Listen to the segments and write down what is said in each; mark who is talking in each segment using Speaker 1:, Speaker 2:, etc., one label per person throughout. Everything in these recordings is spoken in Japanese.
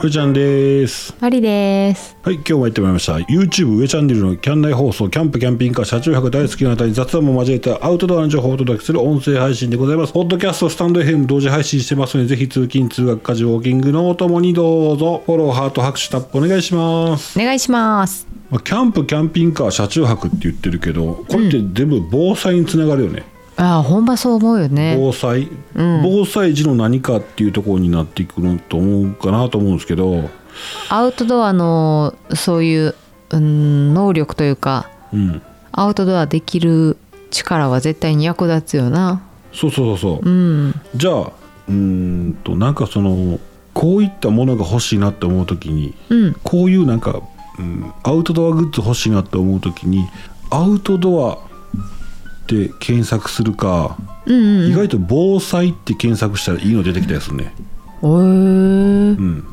Speaker 1: 上ちゃんです
Speaker 2: マリです。
Speaker 1: はい今日もやってまいりました YouTube 上チャンネルのキャン内放送キャンプキャンピングカー車中泊大好きなあなたに雑談も交えたアウトドアの情報をお届けする音声配信でございますポッドキャストスタンド FM 同時配信してますのでぜひ通勤通学家事ウォーキングのお供にどうぞフォローハート拍手タップお願いします、
Speaker 2: お願いします。
Speaker 1: まあ、キャンプキャンピングカー車中泊って言ってるけどこれって全部防災につながるよね、
Speaker 2: ああ、本場そう思うよね。
Speaker 1: 防災、防災時の何かっていうところになっていくのと思うかなと思うんですけど
Speaker 2: アウトドアのそういう、うん、能力というか、
Speaker 1: うん
Speaker 2: アウトドアできる力は絶対に役立つよな。
Speaker 1: そうそうそうそう、
Speaker 2: うん。
Speaker 1: じゃあうーんとなんかそのこういったものが欲しいなって思う時に
Speaker 2: うん。
Speaker 1: こういうなんか、うん、アウトドアグッズ欲しいなって思う時にアウトドアで検索するか、
Speaker 2: うんうん。
Speaker 1: 意外と防災って検索したらいいの出てきたりするね、
Speaker 2: おー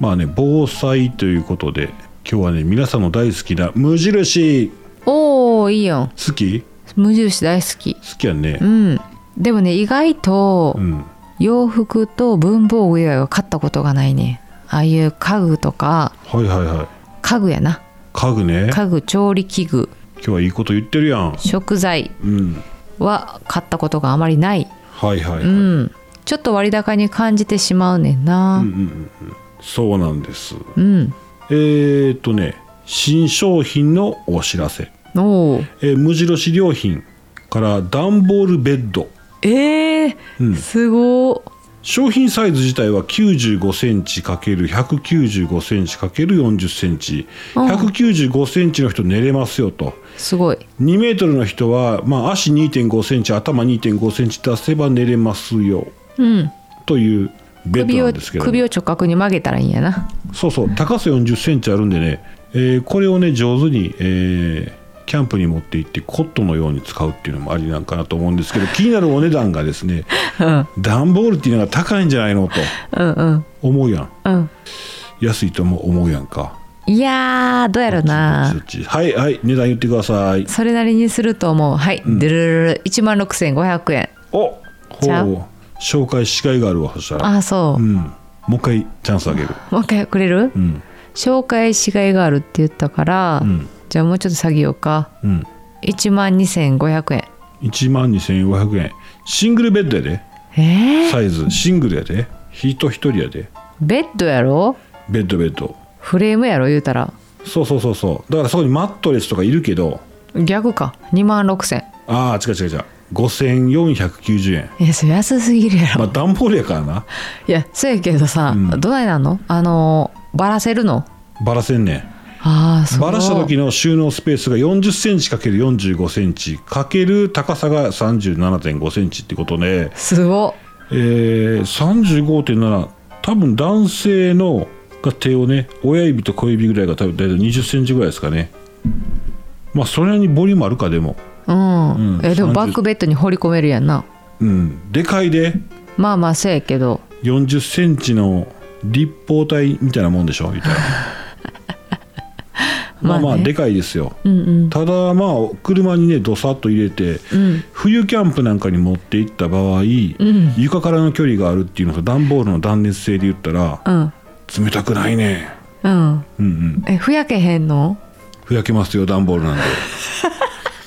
Speaker 1: まあね防災ということで今日はね皆さんの大好きな無印
Speaker 2: おーいいやん。
Speaker 1: 好き
Speaker 2: 無印大好き。
Speaker 1: 好きやんね
Speaker 2: うん。でもね、意外と
Speaker 1: う、ん
Speaker 2: 洋服と文房具以外は買ったことがないね。ああいう家具とか、
Speaker 1: はいはいはい
Speaker 2: 家具やな。
Speaker 1: 家具ね
Speaker 2: 家具、調理器具、
Speaker 1: 今日はいいこと言ってるやん
Speaker 2: 食材
Speaker 1: うん
Speaker 2: は買ったことがあまりない
Speaker 1: はいはいはい、
Speaker 2: うん、ちょっと割高に感じてしまうねんな。
Speaker 1: うんうんうんうんそうなんです
Speaker 2: うん、
Speaker 1: えー、っとね新商品のお知らせ、
Speaker 2: おお。
Speaker 1: えー無印良品から段ボールベッド
Speaker 2: ええ
Speaker 1: うん
Speaker 2: すごー
Speaker 1: 商品サイズ自体は9 5チ ×195 センチ ×40 センチ
Speaker 2: うん
Speaker 1: 195センチの人寝れますよと
Speaker 2: すごい。
Speaker 1: 2メートルの人は、まあ、足2.5センチ頭2.5センチ出せば寝れますよ
Speaker 2: うん。
Speaker 1: というベッ
Speaker 2: 首
Speaker 1: ドな
Speaker 2: を
Speaker 1: んですけども
Speaker 2: 首を直角に曲げたらいいんやな。
Speaker 1: そうそう高さ4 0センチあるんでね、えーこれをね上手に、えーキャンプに持って行ってコットンのように使うっていうのもありなんかなと思うんです けど気になるお値段がですね
Speaker 2: うん
Speaker 1: 段ボールっていうのが高いんじゃないのと
Speaker 2: うんうん
Speaker 1: 思うやん
Speaker 2: うん。
Speaker 1: 安いとも思うやんか
Speaker 2: いやーどうやろ
Speaker 1: そ
Speaker 2: な。
Speaker 1: っちはいはい値段言ってください
Speaker 2: それなりにすると思う。はい。ドゥルルルル一万六千五百円。
Speaker 1: お
Speaker 2: ちゃ
Speaker 1: ほう紹介しがいがあるわそしたら
Speaker 2: ああそうう。
Speaker 1: んもう一回チャンスあげる
Speaker 2: もう一回くれる
Speaker 1: う？ん
Speaker 2: 紹介しがいがあるって言ったから、
Speaker 1: うん
Speaker 2: じゃあもうちょっと下げようか。
Speaker 1: うん
Speaker 2: 一万二千五百円。
Speaker 1: 1万2500円シングルベッドやで
Speaker 2: ええ
Speaker 1: サイズシングルやで人一人やで
Speaker 2: ベッドやろ？
Speaker 1: ベッドベッド
Speaker 2: フレームやろ言うたら
Speaker 1: そうそうそうそうだからそこにマットレスとかいるけど
Speaker 2: 逆か2万6000
Speaker 1: ああ違う違う違う5490円
Speaker 2: いやそれ安すぎるやろ、
Speaker 1: まあ段ボールやからない
Speaker 2: やそうやけどさ、
Speaker 1: うん
Speaker 2: どないなんのあのーバラせるの
Speaker 1: バラせんねん
Speaker 2: ああそう
Speaker 1: バラした時の収納スペースが4 0ンチ ×45 センチかける高さが3 7 5センチってことで、
Speaker 2: すご
Speaker 1: えー、35.7多分男性のが手をね親指と小指ぐらいが多分大体2 0ンチぐらいですかねまあそれなりにボリュームあるかでも
Speaker 2: うん、
Speaker 1: うん
Speaker 2: えでも
Speaker 1: 30
Speaker 2: バックベッドに放り込めるやんな
Speaker 1: うんでかいで
Speaker 2: まあまあそうやけど
Speaker 1: 40センチの立方体みたいなもんでしょ言ったらまあ
Speaker 2: まあね
Speaker 1: まあでかいですよ
Speaker 2: うんうん
Speaker 1: ただまあ車にねどさっと入れて、
Speaker 2: うん
Speaker 1: 冬キャンプなんかに持って行った場合、
Speaker 2: ん
Speaker 1: 床からの距離があるっていうのと段ボールの断熱性で言ったら
Speaker 2: うん
Speaker 1: 冷たくないね
Speaker 2: うん
Speaker 1: うんうん
Speaker 2: えふやけへんの
Speaker 1: ふやけますよ段ボールなん で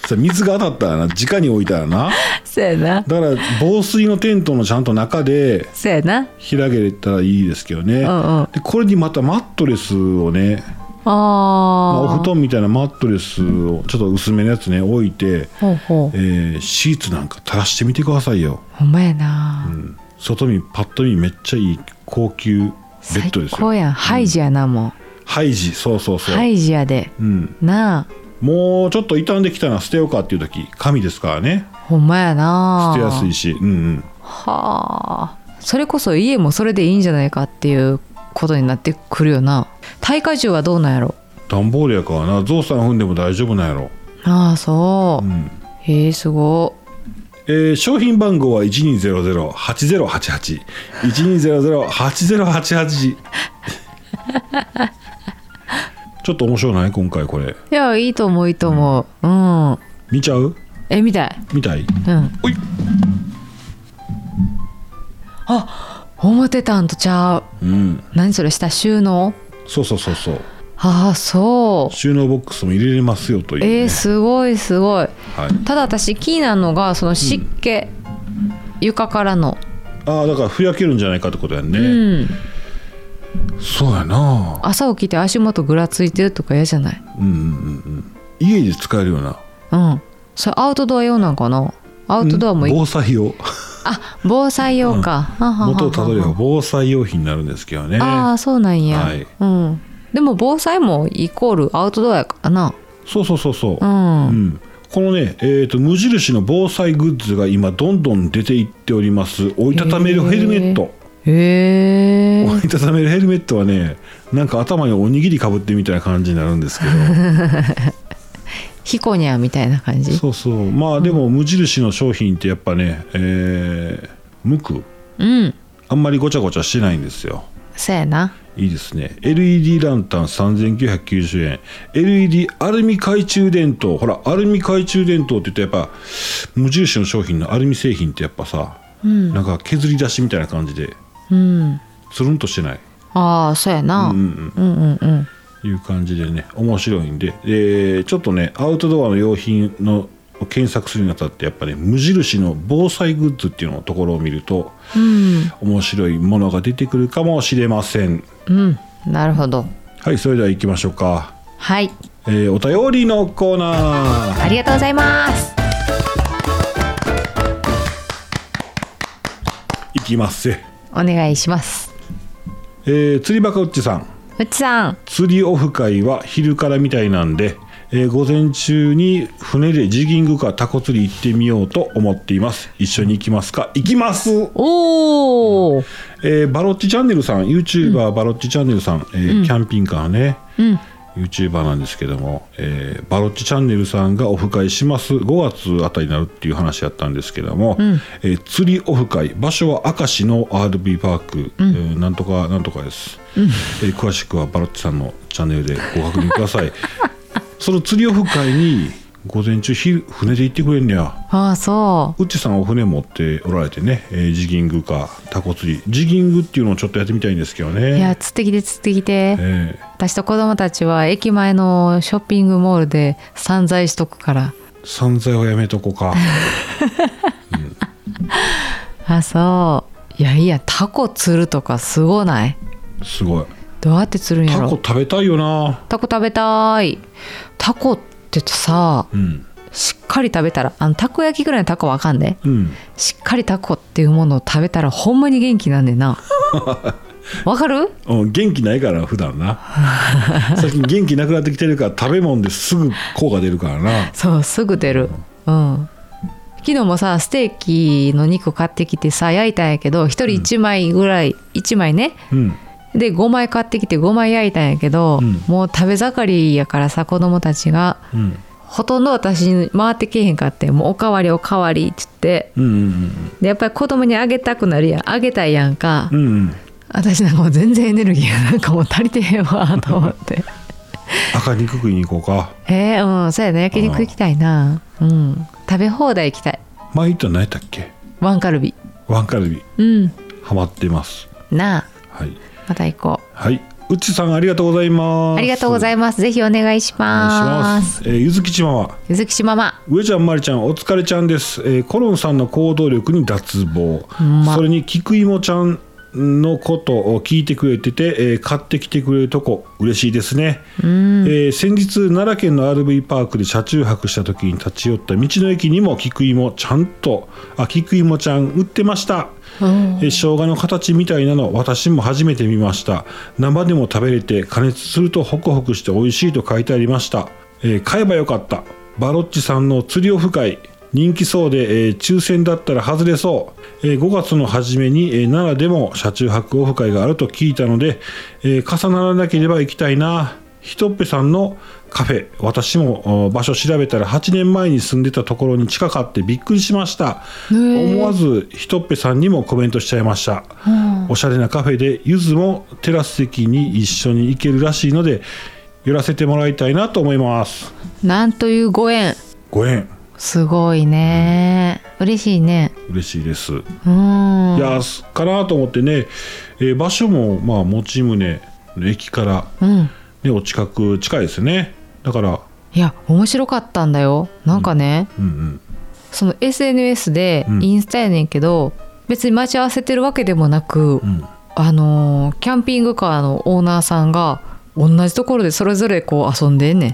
Speaker 1: さ水が当たったらな直に置いたらな
Speaker 2: そうやな
Speaker 1: だから防水のテントのちゃんと中で
Speaker 2: そうやな
Speaker 1: 開けれたらいいですけどね、
Speaker 2: うんうん
Speaker 1: でこれにまたマットレスをね、
Speaker 2: あ
Speaker 1: まあ
Speaker 2: あ
Speaker 1: お布団みたいなマットレスをちょっと薄めのやつね置いて、
Speaker 2: ほうほ
Speaker 1: え
Speaker 2: う
Speaker 1: ーシーツなんか垂らしてみてくださいよ、
Speaker 2: ほんまやな、
Speaker 1: うん外見パッと見めっちゃいい高級ベッド
Speaker 2: 最
Speaker 1: です
Speaker 2: 高
Speaker 1: よ
Speaker 2: やんハイジやなも
Speaker 1: ハイジそうそう
Speaker 2: う
Speaker 1: そう、
Speaker 2: ハイジやで
Speaker 1: うん、
Speaker 2: な
Speaker 1: もうちょっと傷んできたら捨てようかっていう時紙ですからね
Speaker 2: あほんまやな
Speaker 1: 捨てやすいしうんうん
Speaker 2: はあそれこそ家もそれでいいんじゃないかっていうことになってくるよな耐荷重はどうなんやろ
Speaker 1: 段ボールやからなゾウさん踏んでも大丈夫なんやろ、
Speaker 2: ああそうう、
Speaker 1: ん
Speaker 2: へえすご
Speaker 1: えー商品番号は12008088 12008088 ちょっと面白ない今回これ
Speaker 2: いやいいと思ういいと思ううん、
Speaker 1: 見ちゃう
Speaker 2: えみたい
Speaker 1: みたい
Speaker 2: うん
Speaker 1: おい
Speaker 2: あ思ってたんとちゃ
Speaker 1: う
Speaker 2: う
Speaker 1: ん
Speaker 2: 何それした収納
Speaker 1: そうそうそうそう
Speaker 2: ああそう
Speaker 1: 収納ボックスも入れれますよという、ね
Speaker 2: えー、すごいすごい
Speaker 1: はい、
Speaker 2: ただ私気になるのがその湿気、床からの、
Speaker 1: ああだからふやけるんじゃないかってことやんね、
Speaker 2: うん
Speaker 1: そうやな
Speaker 2: 朝起きて足元ぐらついてるとか嫌じゃない
Speaker 1: うんうんうんうん家で使えるような
Speaker 2: うんそれアウトドア用なんかなアウトドアもいい、
Speaker 1: 防災用
Speaker 2: あ防災用か、はんはんはんはん
Speaker 1: 元をたどれば防災用品になるんですけどね
Speaker 2: ああそうなんや、
Speaker 1: はい
Speaker 2: うんでも防災もイコールアウトドアやからな
Speaker 1: そうそうそうそうう、
Speaker 2: ん、
Speaker 1: うんこのね、えー、と無印の防災グッズが今どんどん出ていっております折りたためるヘルメット、
Speaker 2: へえ
Speaker 1: 折りたためるヘルメットはねなんか頭におにぎりかぶってみたいな感じになるんですけど
Speaker 2: ヒコニャみたいな感じ
Speaker 1: そうそうまあでも無印の商品ってやっぱね、えー、無垢
Speaker 2: うん
Speaker 1: あんまりごちゃごちゃしてないんですよ
Speaker 2: そうやない
Speaker 1: いですね LED ランタン3990円 LED アルミ懐中電灯ほらアルミ懐中電灯って言ってやっぱ無印の商品のアルミ製品ってやっぱさ、なんか削り出しみたいな感じで
Speaker 2: うん
Speaker 1: つるんとしてない
Speaker 2: ああそうやな、
Speaker 1: うんうん
Speaker 2: うんうんうん
Speaker 1: いう感じでね面白いんで、えーちょっとねアウトドアの用品のを検索するにあたってやっぱね無印の防災グッズっていうののところを見ると、面白いものが出てくるかもしれません
Speaker 2: うんなるほど
Speaker 1: はいそれでは行きましょうか、
Speaker 2: はい
Speaker 1: えーお便りのコーナー
Speaker 2: ありがとうございます
Speaker 1: いきますぜ
Speaker 2: お願いします
Speaker 1: えー釣りバカウッチさん
Speaker 2: うちさん
Speaker 1: 釣りオフ会は昼からみたいなんで、えー午前中に船でジギングかタコ釣り行ってみようと思っています一緒に行きますか行きます
Speaker 2: おお
Speaker 1: えーバロッチチャンネルさん YouTuber、バロッチチャンネルさん、えーキャンピングカーね、
Speaker 2: うん
Speaker 1: YouTuber なんですけども、えーバロッチチャンネルさんがオフ会します5月あたりになるっていう話やったんですけども、えー釣りオフ会場所は明石の RB パーク、えーなんとかなんとかです、えー詳しくはバロッチさんのチャンネルでご確認くださ いその釣りオフ会に午前中ひ船で行ってくれんねや
Speaker 2: ああそう
Speaker 1: ッチさんお船持っておられてね、えージギングかタコ釣りジギングっていうのをちょっとやってみたいんですけどね
Speaker 2: いや釣ってきて釣ってきて、
Speaker 1: え
Speaker 2: 私と子供たちは駅前のショッピングモールで散財しとくから
Speaker 1: ー散財はやめとこう か
Speaker 2: あそういやいやタコ釣るとかすごない
Speaker 1: すごい
Speaker 2: どうやって釣るんや
Speaker 1: タコ
Speaker 2: ろ
Speaker 1: 食べたいよな
Speaker 2: タコ食べたいタコってさ
Speaker 1: うん
Speaker 2: しっかり食べたらあのたこ焼きぐらいのタコわかんね
Speaker 1: うん
Speaker 2: しっかりタコっていうものを食べたらほんまに元気なんね んなわかる
Speaker 1: うん元気ないから普段な 最近元気なくなってきてるから食べ物ですぐ効果出るからな
Speaker 2: そうすぐ出るうん昨日もさステーキの肉買ってきてさ焼いたんやけど1人1枚ぐらい、1枚ね
Speaker 1: うん
Speaker 2: で5枚買ってきて5枚焼いたんやけど、
Speaker 1: うん
Speaker 2: もう食べ盛りやからさ子供たちが
Speaker 1: うん
Speaker 2: ほとんど私に回ってけえへんかってもうおかわりおかわりって言って
Speaker 1: うん
Speaker 2: でやっぱり子供にあげたくなるやんあげたいやんか、
Speaker 1: うんうんうん
Speaker 2: 私なんかもう全然エネルギーなんかもう足りてへんわと思って
Speaker 1: 赤肉食いに行こうか
Speaker 2: えー、うんそうやね焼肉行きたいなうん食べ放題行きたい
Speaker 1: 前言ったの何やったっけ
Speaker 2: ワンカルビ
Speaker 1: ワンカルビ
Speaker 2: うん
Speaker 1: ハマってます
Speaker 2: なあ
Speaker 1: はい
Speaker 2: また行こ
Speaker 1: はいうっちさんありがとうございます
Speaker 2: うありがとうございますぜひお願いし
Speaker 1: お願いし
Speaker 2: ま
Speaker 1: ますす。えー、ゆずきちママ。
Speaker 2: ゆずきしママ
Speaker 1: 上ちゃん、まりちゃん、お疲れちゃんです。えーコロンさんの行動力に脱帽。
Speaker 2: んま
Speaker 1: それに、菊芋ちゃんのことを聞いてくれてて、えー買ってきてくれるとこ、嬉しいですね。えー先日、奈良県の RV パークで車中泊した時に立ち寄った道の駅にも、菊芋ちゃんと、あ、菊芋ちゃん売ってました。えー生姜の形みたいなの私も初めて見ました生でも食べれて加熱するとホクホクして美味しいと書いてありました、えー買えばよかったバロッチさんの釣りオフ会人気そうで、えー抽選だったら外れそう、えー5月の初めに、えー奈良でも車中泊オフ会があると聞いたので、えー重ならなければ行きたいなひとっぺさんのカフェ私もお場所調べたら8年前に住んでたところに近かってびっくりしました
Speaker 2: へー
Speaker 1: 思わずひとっぺさんにもコメントしちゃいました、おしゃれなカフェでゆずもテラス席に一緒に行けるらしいので寄らせてもらいたいなと思います
Speaker 2: なんというご縁
Speaker 1: ご縁
Speaker 2: すごいね、嬉しいね
Speaker 1: 嬉しいです、い
Speaker 2: うん
Speaker 1: やすかなと思ってね、えー場所もまあ持ち宗の駅から、
Speaker 2: うん
Speaker 1: ね、お近く近いですねだから
Speaker 2: いや面白かったんだよなんかね、
Speaker 1: うん
Speaker 2: その SNS で
Speaker 1: うん
Speaker 2: インスタやねんけど、別に待ち合わせてるわけでもな
Speaker 1: うんう
Speaker 2: く、
Speaker 1: ん
Speaker 2: あのーキャンピングカーのオーナーさんが同じところでそれぞれこう遊んでんね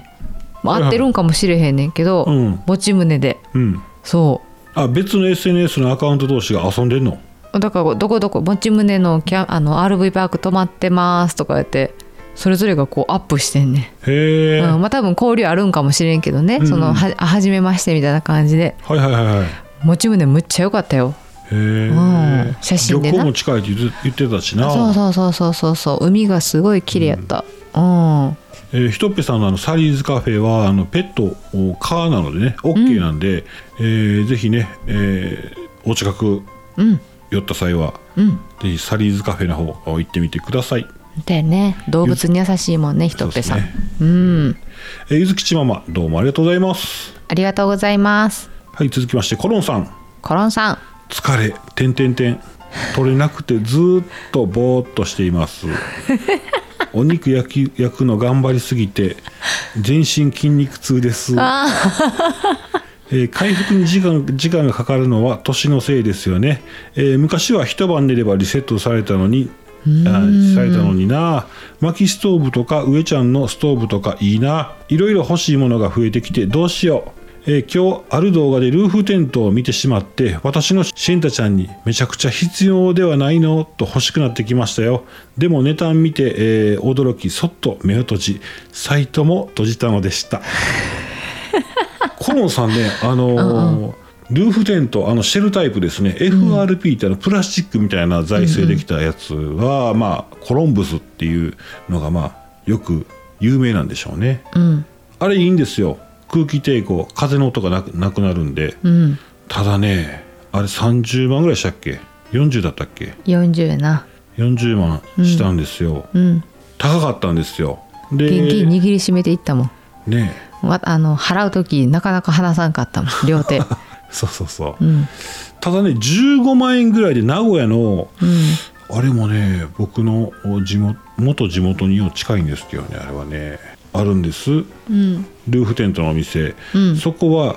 Speaker 2: ん、まあ、合ってるんかもしれへんねんけど、
Speaker 1: うん
Speaker 2: 持ち胸で
Speaker 1: うん
Speaker 2: そ
Speaker 1: あ別の SNS のアカウント同士が遊んでんの
Speaker 2: うだからどこどこ持ち胸のキャンあの RV パーク泊まってますとかやってそれぞれがこうアップしてんね
Speaker 1: へえ、
Speaker 2: ん、うん、まあ多分交流あるんかもしれんけどね、
Speaker 1: ん
Speaker 2: そのははじめましてみたいな感じで
Speaker 1: はいはいはいはいへ
Speaker 2: 持ち胸むっちゃ良かったよ
Speaker 1: え、
Speaker 2: うん写真でな
Speaker 1: 旅行も近いって言って言ってたしな
Speaker 2: そうそうそうそうそうそう海がすごい綺麗やったうん、
Speaker 1: えー、ひとっぺさんのあのサリーズカフェはあのペットをカーなのでね OK なんで、えーぜひね、えーお近く
Speaker 2: うん
Speaker 1: 寄った際は、
Speaker 2: うん
Speaker 1: ぜひサリーズカフェの方行ってみてください。
Speaker 2: だよね動物に優しいもんねひとっぺさんう,、
Speaker 1: そうで
Speaker 2: ん
Speaker 1: えー、ゆずきちママどうもありがとうございます。
Speaker 2: ありがとうございます
Speaker 1: はい続きましてコロンさん
Speaker 2: コロンさん
Speaker 1: 疲れてんてんてん取れなくてずーっとぼーっとしています。 お肉焼き焼くの頑張りすぎて全身筋肉痛です。
Speaker 2: あ
Speaker 1: えー回復に時間時間がかかるのは年のせいですよね、えー昔は一晩寝ればリセットされたのにあーされたのにな薪ストーブとか上ちゃんのストーブとかいいないろいろ欲しいものが増えてきてどうしよう、えー今日ある動画でルーフテントを見てしまって私のシンタちゃんにめちゃくちゃ必要ではないのと欲しくなってきましたよでもネタ見て、えー驚きそっと目を閉じサイトも閉じたのでしたコロンさんね、あのールーフテントあのシェルタイプですね、FRP ってあのプラスチックみたいな材製できたやつは、まあ、コロンブスっていうのが、まあ、よく有名なんでしょうね
Speaker 2: ーうん
Speaker 1: あれいいんですよ空気抵抗風の音がなくなくなるんで
Speaker 2: うん
Speaker 1: ただねあれ30万ぐらいしたっけ40だったっけ
Speaker 2: 40やな
Speaker 1: 40万したんですよ、
Speaker 2: うん
Speaker 1: 高かったんですよで
Speaker 2: 現金握りしめていったもん
Speaker 1: ね
Speaker 2: わあの払う時なかなか離さんかったもん両 手
Speaker 1: そうそうそう、
Speaker 2: うん
Speaker 1: ただね15万円ぐらいで名古屋の
Speaker 2: うん
Speaker 1: あれもね僕の地元元地元にも近いんですけどねあれはねあるんです
Speaker 2: うん
Speaker 1: ルーフテントのお店、
Speaker 2: うん
Speaker 1: そこは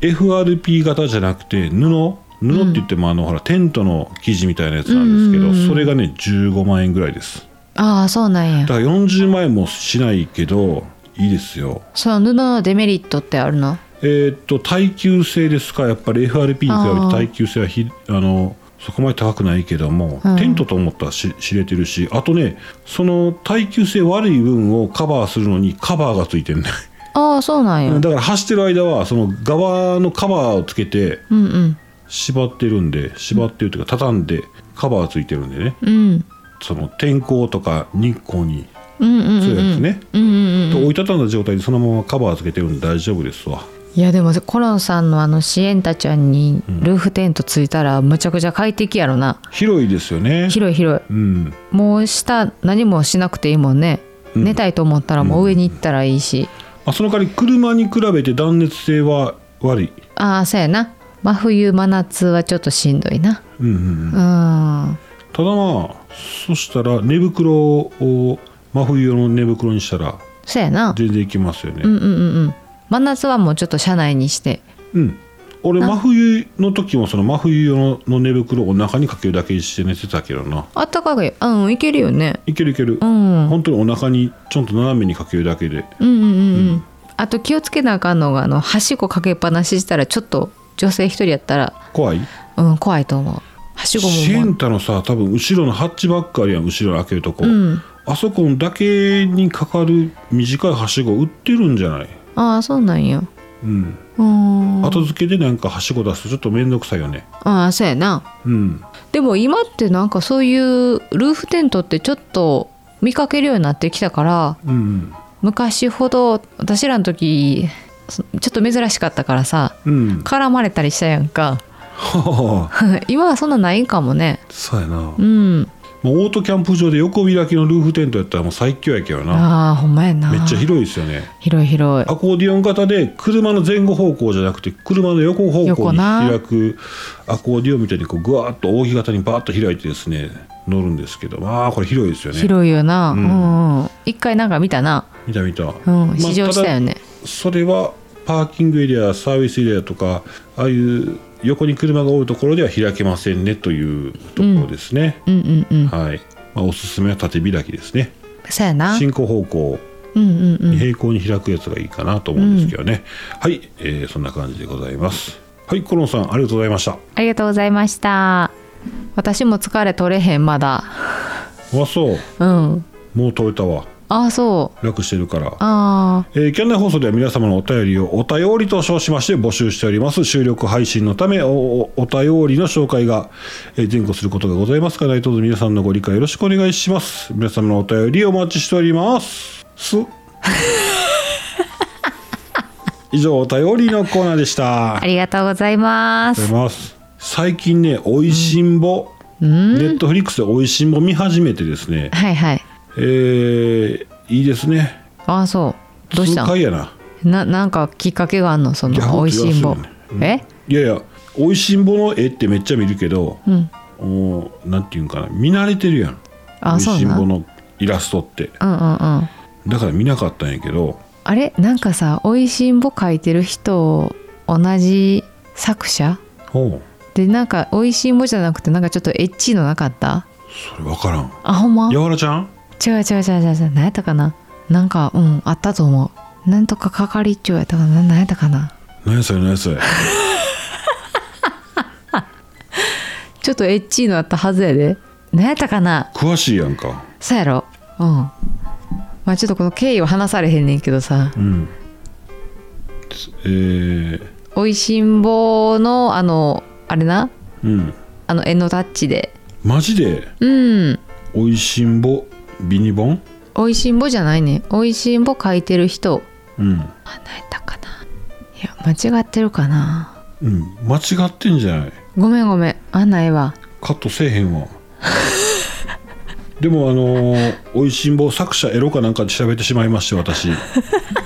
Speaker 1: FRP 型じゃなくて布布って言っても、あのほらテントの生地みたいなやつなんですけど、
Speaker 2: うんうんうんうん
Speaker 1: それがね15万円ぐらいです
Speaker 2: ああそうなん
Speaker 1: だ
Speaker 2: や
Speaker 1: から40万円もしないけどいいですよ
Speaker 2: その布のデメリットってあるの
Speaker 1: えーっと耐久性ですかやっぱり FRP に比べ
Speaker 2: あー
Speaker 1: て耐久性はひあのそこまで高くないけども、
Speaker 2: うん
Speaker 1: テントと思ったらし知れてるしあとねその耐久性悪い部分をカバーするのにカバーがついてるね
Speaker 2: ああそうなんや
Speaker 1: だから走ってる間はその側のカバーをつけて
Speaker 2: うんうん
Speaker 1: 縛ってるんで縛ってるというか畳んでカバーついてるんでね
Speaker 2: うん
Speaker 1: その天候とか日光に
Speaker 2: うんうんうん
Speaker 1: 強いやつね、
Speaker 2: うんうんうん
Speaker 1: と折りたたんだ状態でそのままカバーつけてるんで大丈夫ですわ
Speaker 2: いやでもコロンさんのあのシエンタちゃんにルーフテントついたらむちゃくちゃ快適やろな、
Speaker 1: 広いですよね
Speaker 2: 広い広
Speaker 1: うん
Speaker 2: いもう下何もしなくていいもんね、
Speaker 1: うん
Speaker 2: 寝たいと思ったらもう上に行ったらいいし、
Speaker 1: まあ、その代わり車に比べて断熱性は悪い、
Speaker 2: ああそうやな真冬真夏はちょっとしんどいな
Speaker 1: うんうんうん
Speaker 2: う、ん
Speaker 1: ただまあそしたら寝袋を真冬用の寝袋にしたら
Speaker 2: そうやな
Speaker 1: 全然いきますよね
Speaker 2: うんうんうんうん真夏はもうちょっと車内にして
Speaker 1: うん、俺真冬の時もその真冬用の寝袋を中にかけるだけにして寝てたけどな
Speaker 2: あったかいうんいけるよね
Speaker 1: いけるいける、
Speaker 2: うんうん
Speaker 1: 本当にお腹にちょんと斜めにかけるだけで
Speaker 2: うんうんうんあと気をつけなあかんのがあのはしごかけっぱなししたらちょっと女性一人やったら
Speaker 1: 怖い
Speaker 2: うん怖いと思うはしご
Speaker 1: シエ
Speaker 2: ももう
Speaker 1: ンタのさ多分後ろのハッチバックあるやん後ろの開けるとこ、
Speaker 2: うん
Speaker 1: あそこだけにかかる短いはしご売ってるんじゃない
Speaker 2: ああそうなんや
Speaker 1: うん
Speaker 2: うーんあ
Speaker 1: 後付けでなんかはしご出すとちょっと面倒くさいよね
Speaker 2: あそうやな
Speaker 1: うん
Speaker 2: でも今ってなんかそういうルーフテントってちょっと見かけるようになってきたから
Speaker 1: うん
Speaker 2: 昔ほど私らの時そちょっと珍しかったからさ
Speaker 1: うん
Speaker 2: 絡まれたりしたやんか
Speaker 1: はあ
Speaker 2: 今はそんなないんかもね
Speaker 1: そうやな
Speaker 2: うん
Speaker 1: まあ、オートキャンプ場で横開きのルーフテントやったらもう最強やけどな
Speaker 2: ああほんまやな
Speaker 1: めっちゃ広いですよね
Speaker 2: 広い広い
Speaker 1: アコーディオン型で車の前後方向じゃなくて車の横方向
Speaker 2: 横
Speaker 1: に
Speaker 2: な
Speaker 1: 開くアコーディオンみたいにこうぐわーっと扇形にバーッと開いてですね乗るんですけどまあこれ広いですよね
Speaker 2: 広いよな、
Speaker 1: う
Speaker 2: うんんうん一回なんか見たな、
Speaker 1: 見た見た、
Speaker 2: うん
Speaker 1: まあ
Speaker 2: 試乗したよね、
Speaker 1: ただそれはパーキングエリアサービスエリアとかああいう横に車が多いところでは開けませんねというところですね、
Speaker 2: うんうんうん
Speaker 1: はい、まあ、おすすめは縦開きですね
Speaker 2: そうやな
Speaker 1: 進行方向
Speaker 2: うんうんうん
Speaker 1: に平行に開くやつがいいかなと思うんですけどね、はい、えーそんな感じでございますはいコロンさんありがとうございました
Speaker 2: ありがとうございました私も疲れ取れへんまだ
Speaker 1: うわそう
Speaker 2: うん
Speaker 1: もう取れたわ
Speaker 2: ああそう
Speaker 1: 楽してるから
Speaker 2: あ
Speaker 1: えー、キャンナイ放送では皆様のお便りをお便りと称しまして募集しております。収録配信のためお、おお便りの紹介が、えー前後することがございますから、どうぞ皆さんのご理解よろしくお願いします。皆様のお便りお待ちしております。 す。以上、お便りのコーナーでした。
Speaker 2: ああ
Speaker 1: あり
Speaker 2: りがとうございま
Speaker 1: がとう
Speaker 2: す
Speaker 1: ございます。最近ね、おいしんぼ、ネットフリックスでおいしんぼ見始めてですね、
Speaker 2: はいはい
Speaker 1: えー、いいですね。
Speaker 2: ああそうどうした
Speaker 1: 痛
Speaker 2: ん
Speaker 1: 快やな。
Speaker 2: ななんかきっかけがあんのそ
Speaker 1: いや
Speaker 2: のおいしんぼ
Speaker 1: 本当に
Speaker 2: え
Speaker 1: いやいや「おいしんぼ」の絵ってめっちゃ見るけど、
Speaker 2: うん
Speaker 1: もうなんていうんかな見慣れてるやん
Speaker 2: あ
Speaker 1: おいしん
Speaker 2: そ
Speaker 1: ぼ
Speaker 2: う
Speaker 1: のイラストって
Speaker 2: うんうんうん
Speaker 1: だから見なかったんやけど
Speaker 2: あれなんかさおいしんぼ書いてる人同じ作者
Speaker 1: ほう
Speaker 2: でなんかおいしんぼじゃなくてなんかちょっとエッチのなかった
Speaker 1: それ分からん
Speaker 2: あほんま
Speaker 1: やわらちゃん
Speaker 2: 違う違う違う違う違う何やったかななんかうんあったと思うなんとか係長やったかな何やったかな
Speaker 1: 何やそれ何やそれ
Speaker 2: ちょっとエッチーのあったはずやで何やったかな
Speaker 1: 詳しいやんか
Speaker 2: そうやろうんまあちょっとこの経緯は話されへんねんけどさ
Speaker 1: うんすえー、
Speaker 2: おいしんぼのあのあれな
Speaker 1: うん
Speaker 2: あの絵のタッチで
Speaker 1: マジで
Speaker 2: うん
Speaker 1: 「おいしんぼ」ビニボン
Speaker 2: おいしんぼじゃないねんおいしんぼ描いてる人
Speaker 1: うん、
Speaker 2: あ何やったかないや間違ってるかな
Speaker 1: うん、間違ってんじゃない
Speaker 2: ごめんごめんあんな絵は
Speaker 1: カットせえへんわでもあのー「おいしんぼ」作者エロかなんかで調べてしまいまして私、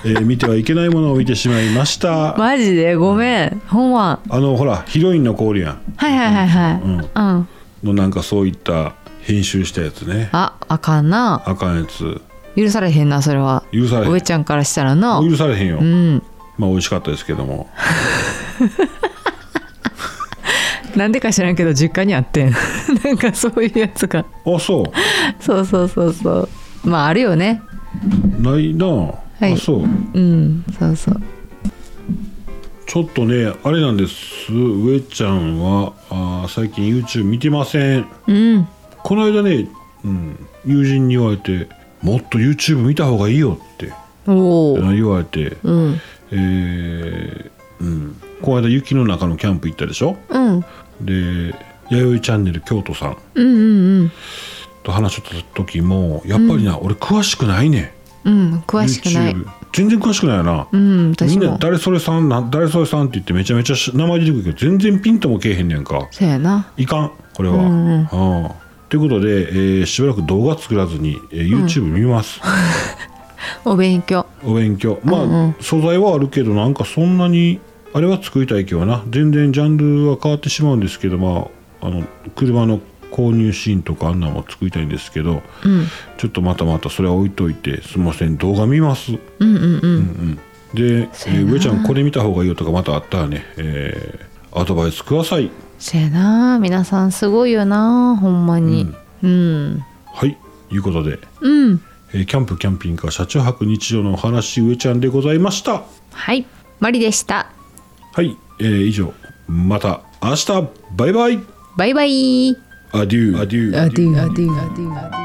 Speaker 1: えー見てはいけないものを見てしまいました、
Speaker 2: マジでごめんほんま
Speaker 1: あのほらヒロインの氷やん
Speaker 2: はいはいはいはい
Speaker 1: うん
Speaker 2: うん
Speaker 1: のなんかそういった編集したやつね
Speaker 2: ああかんな
Speaker 1: あかんやつ
Speaker 2: 許されへんなそれは
Speaker 1: 許されへ
Speaker 2: 上
Speaker 1: ん
Speaker 2: ちゃんからしたらな
Speaker 1: 許されへんよ、
Speaker 2: うん
Speaker 1: まあ美味しかったですけども
Speaker 2: なんでか知らんけど実家にあってん なんかそういうやつが
Speaker 1: あそう
Speaker 2: そうそうそうそうまああるよね
Speaker 1: ないなあ,、
Speaker 2: い
Speaker 1: あそう
Speaker 2: うんそうそう
Speaker 1: ちょっとねあれなんです上ちゃんはあー最近 YouTube 見てません
Speaker 2: うん
Speaker 1: この間ね、うん、友人に言われて「もっと YouTube 見た方がいいよ」って
Speaker 2: おお
Speaker 1: 言われて、
Speaker 2: うん
Speaker 1: えーうん、この間雪の中のキャンプ行ったでしょ
Speaker 2: うん
Speaker 1: で弥生チャンネル京都さん
Speaker 2: うんうん
Speaker 1: と話しとった時もやっぱりな、俺詳しくないね
Speaker 2: うんうん詳しくない
Speaker 1: YouTube 全然詳しくないよな、
Speaker 2: うん
Speaker 1: み
Speaker 2: 私
Speaker 1: んな
Speaker 2: も
Speaker 1: 誰それさんな誰それさんって言ってめちゃめちゃし名前出てくるけど全然ピンともけえへんねやんか
Speaker 2: そうやない
Speaker 1: かんこれは。
Speaker 2: うんうん
Speaker 1: はあということで、えーしばらく動画作らずに、えー YouTube 見ます、
Speaker 2: お勉強
Speaker 1: お勉強まあ、
Speaker 2: うんうん
Speaker 1: 素材はあるけどなんかそんなにあれは作りたいけどな全然ジャンルは変わってしまうんですけどまああの車の購入シーンとかあんなんも作りたいんですけど、
Speaker 2: うん
Speaker 1: ちょっとまたまたそれは置いといてすいません動画見ます
Speaker 2: うんうんうん
Speaker 1: で、え
Speaker 2: そうや
Speaker 1: ー、
Speaker 2: な
Speaker 1: 上ちゃんこれ見た方がいいよとかまたあったらね、えーアドバイスください
Speaker 2: そうやな皆さんすごいよなほんまにうん
Speaker 1: はいいうことで、
Speaker 2: うん
Speaker 1: えーキャンプキャンピングカー車中泊日常のお話上ちゃんでございました
Speaker 2: はいマリでした
Speaker 1: はい、えー以上また明日バイバイ
Speaker 2: バイバイ
Speaker 1: アデューアデュー
Speaker 2: アデューアデューアデューアデュー